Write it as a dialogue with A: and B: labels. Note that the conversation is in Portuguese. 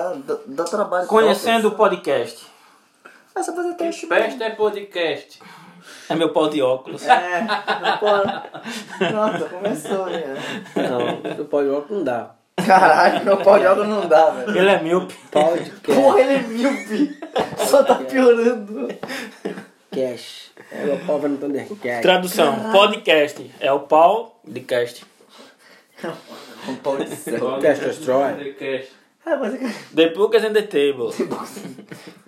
A: dá, dá, dá trabalho.
B: Conhecendo o podcast.
A: Ah, você fazer teste.
C: Peste é podcast.
B: É meu pau de óculos.
A: É, não pode. Nossa, começou, né?
D: Não, no pau de óculos não dá.
A: Caralho, meu pau de óculos não dá, velho.
B: Ele é míope.
D: Pau de
A: Porra, ele é míope. Só tá piorando.
D: cash. É meu pau vai no Thundercat.
B: Tradução: podcast. É o pau de cast.
A: Um pau de céu.
D: Podcast Destroy.
C: Podcast.
A: Ah, mas é que...
B: The Pluckers and the Table.